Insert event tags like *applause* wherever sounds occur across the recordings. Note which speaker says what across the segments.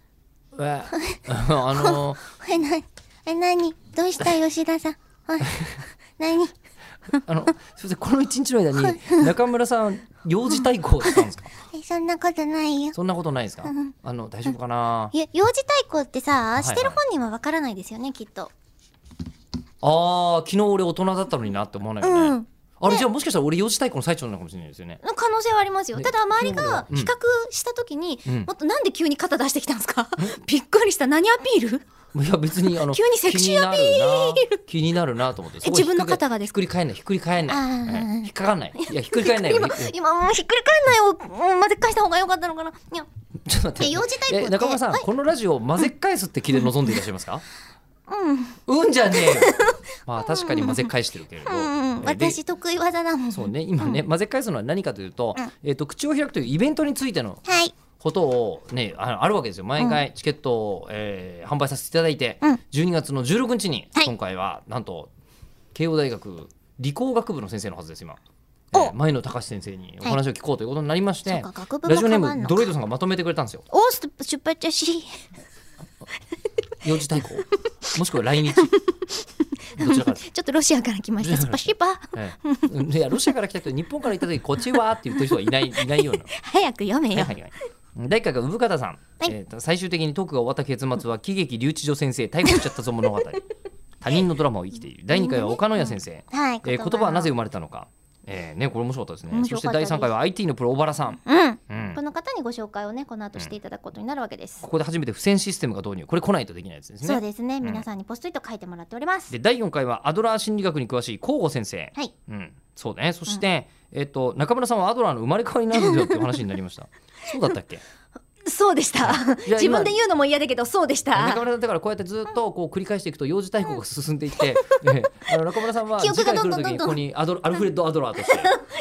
Speaker 1: えあの
Speaker 2: え、な、え、なに、どう
Speaker 1: *laughs*
Speaker 2: した吉田さん。あなに、
Speaker 1: あのすみませんこの一日の間に中村さん幼児対抗したんですか
Speaker 2: えそんなことないよ。
Speaker 1: そんなことないですかあの大丈夫かない
Speaker 2: や幼児対抗ってさ、
Speaker 1: いはい
Speaker 2: してる本人はわからないですよね、きっと。
Speaker 1: あー昨日俺大人だったのになって思わないよね、
Speaker 2: うん
Speaker 1: あれじゃあもしかしたら俺幼児対抗の最中なのかもしれないですよね
Speaker 2: の可能性はありますよ。
Speaker 1: ね
Speaker 2: ただ、周りが
Speaker 1: うん
Speaker 2: 比較したときに、
Speaker 1: うん
Speaker 2: もっとなんで急に肩出してきたんですかびっくりした。何アピール
Speaker 1: いや別にあの
Speaker 2: 急にセクシーアピー
Speaker 1: ル気になるな気になるなと思ってそこ
Speaker 2: 自分の肩がです
Speaker 1: ひっくり返んないひっくり返んない
Speaker 2: あー
Speaker 1: ええ引っかかんないいやひっくり返んないよ
Speaker 2: *laughs* 今、今、もうひっくり返んないを、もう混ぜ返した方が良かったのかな。いや、
Speaker 1: ちょっと待って
Speaker 2: え幼児対抗って
Speaker 1: え中村さん
Speaker 2: はい
Speaker 1: このラジオを混ぜ返すって気で臨んでいらっしゃいますか
Speaker 2: うん、
Speaker 1: うんじゃ
Speaker 2: *laughs*
Speaker 1: ねえよまあ確かに混ぜ返してるけれど、
Speaker 2: うん、
Speaker 1: えで
Speaker 2: 私得意技だもん。
Speaker 1: そうね今ね、混ぜ返すのは何かというと,、
Speaker 2: うん
Speaker 1: えっと口を開くというイベントについての
Speaker 2: はい。
Speaker 1: ことをねああるわけですよ毎回チケットを、えー販売させていただいて、
Speaker 2: うん
Speaker 1: 12月の16日に、
Speaker 2: はい
Speaker 1: 今回はなんと慶応大学理工学部の先生のはずです今、え
Speaker 2: お
Speaker 1: ー前野隆先生にお話を聞こうということになりまして、
Speaker 2: そうか学部も
Speaker 1: ラジオネ
Speaker 2: 変わ
Speaker 1: ー
Speaker 2: ん
Speaker 1: ム
Speaker 2: の
Speaker 1: ドロイドさんがまとめてくれたんですよ
Speaker 2: お、す出発中止。
Speaker 1: 幼児対抗もしくは
Speaker 2: *laughs*
Speaker 1: 来日どちらかです
Speaker 2: ちょっとロシアから来ました。スパシパ。
Speaker 1: ええ、いやロシアから来た人日本から行った時こっちはって言ってる人はいないいないような
Speaker 2: 早く読めよ。
Speaker 1: はいはいはい。第1回が産方さん、
Speaker 2: い
Speaker 1: えーと最終的にトークが終わった結末は喜劇留置所先生逮捕しちゃったぞ物語他人のドラマを生きている第2回は岡野谷先生、
Speaker 2: はい、
Speaker 1: えー言葉はなぜ生まれたのか、えーね、これ面白かったですね
Speaker 2: 面
Speaker 1: そ
Speaker 2: 白
Speaker 1: して
Speaker 2: かった
Speaker 1: 第
Speaker 2: です
Speaker 1: 3回は IT のプロ小原さん、
Speaker 2: うん。
Speaker 1: うん
Speaker 2: この方にご紹介をね、この後していただくことになるわけです。
Speaker 1: ここで初めて付箋システムが導入これ来ないとできないやつです
Speaker 2: そう
Speaker 1: ね
Speaker 2: ですね、皆さんにポストイット書いてもらっております。
Speaker 1: で第4回はアドラー心理学に詳しい甲吾先生、
Speaker 2: はい。
Speaker 1: うん、そうねそして、えっと中村さんはアドラーの生まれ変わりなんですよっていう話になりました
Speaker 2: *laughs*
Speaker 1: そうだったっけ
Speaker 2: そうでした。
Speaker 1: じゃあ今
Speaker 2: 自分で言うのも嫌だけど、そうでした
Speaker 1: 中。村さんだからこうやってずっとこう繰り返していくと幼児対抗が進んでいって、
Speaker 2: *laughs*
Speaker 1: ええあの中村さんは
Speaker 2: 記
Speaker 1: 次
Speaker 2: 憶が
Speaker 1: 回来
Speaker 2: どんどん
Speaker 1: る時
Speaker 2: どん
Speaker 1: に
Speaker 2: ど
Speaker 1: こ
Speaker 2: ん
Speaker 1: こにア
Speaker 2: *laughs*
Speaker 1: ドラアルフレッド・アドラーとして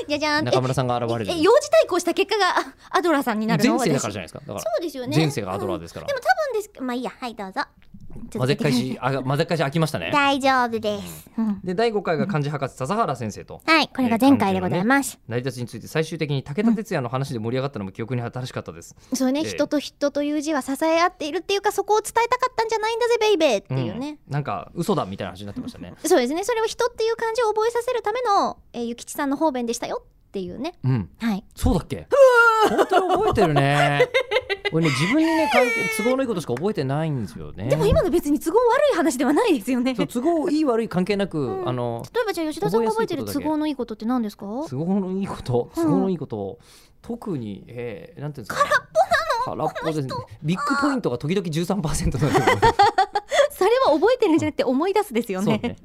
Speaker 2: じゃじゃん。え
Speaker 1: 中村さんが現れる
Speaker 2: え幼児対抗した結果があアドラーさんにな
Speaker 1: 前
Speaker 2: るの
Speaker 1: 世だからじゃな
Speaker 2: 私
Speaker 1: いですかだか
Speaker 2: そうですよ
Speaker 1: ら
Speaker 2: ね。
Speaker 1: 前世がアドラーですか
Speaker 2: う
Speaker 1: ら
Speaker 2: んでも多分ですけどまあいいや、はい、どうぞ。
Speaker 1: 混ぜっ返しあ混ぜっ返し飽きましたね
Speaker 2: 大丈夫です。うん
Speaker 1: で第5回が漢字博士笹原先生と
Speaker 2: はい、これが前回でございます。
Speaker 1: 成り立ちについて最終的に武田鉄矢の話で盛り上がったのも記憶に新しかったです、
Speaker 2: そうね、
Speaker 1: ええ
Speaker 2: 人と人という字は支え合っているっていうか、そこを伝えたかったんじゃないんだぜ、ベイベーっていうね。
Speaker 1: うんなんか嘘だみたいな話になってましたね
Speaker 2: そうですね、それを人っていう漢字を覚えさせるための、えー、ゆきちさんの方便でしたよっていうね。
Speaker 1: *laughs* うん
Speaker 2: はい。
Speaker 1: そうだっけ本当に覚えてるね俺ね自分にね関係都合のいいことしか覚えてないんですよね
Speaker 2: でも今の別に都合悪い話ではないですよね。
Speaker 1: そ
Speaker 2: 例
Speaker 1: う都合いい悪い関係なく、
Speaker 2: うん
Speaker 1: あの
Speaker 2: えばじゃあ吉田さんが覚えてる都合のいいことって何ですか
Speaker 1: 都合のいいこと
Speaker 2: うん
Speaker 1: 都合のいいことを、特に、えー、なんていうんですか、ね、空っぽなの空っぽですねビッグポイントが時々13%になる
Speaker 2: *laughs* それは覚えてるんじゃなくて思い出すですよ
Speaker 1: そうね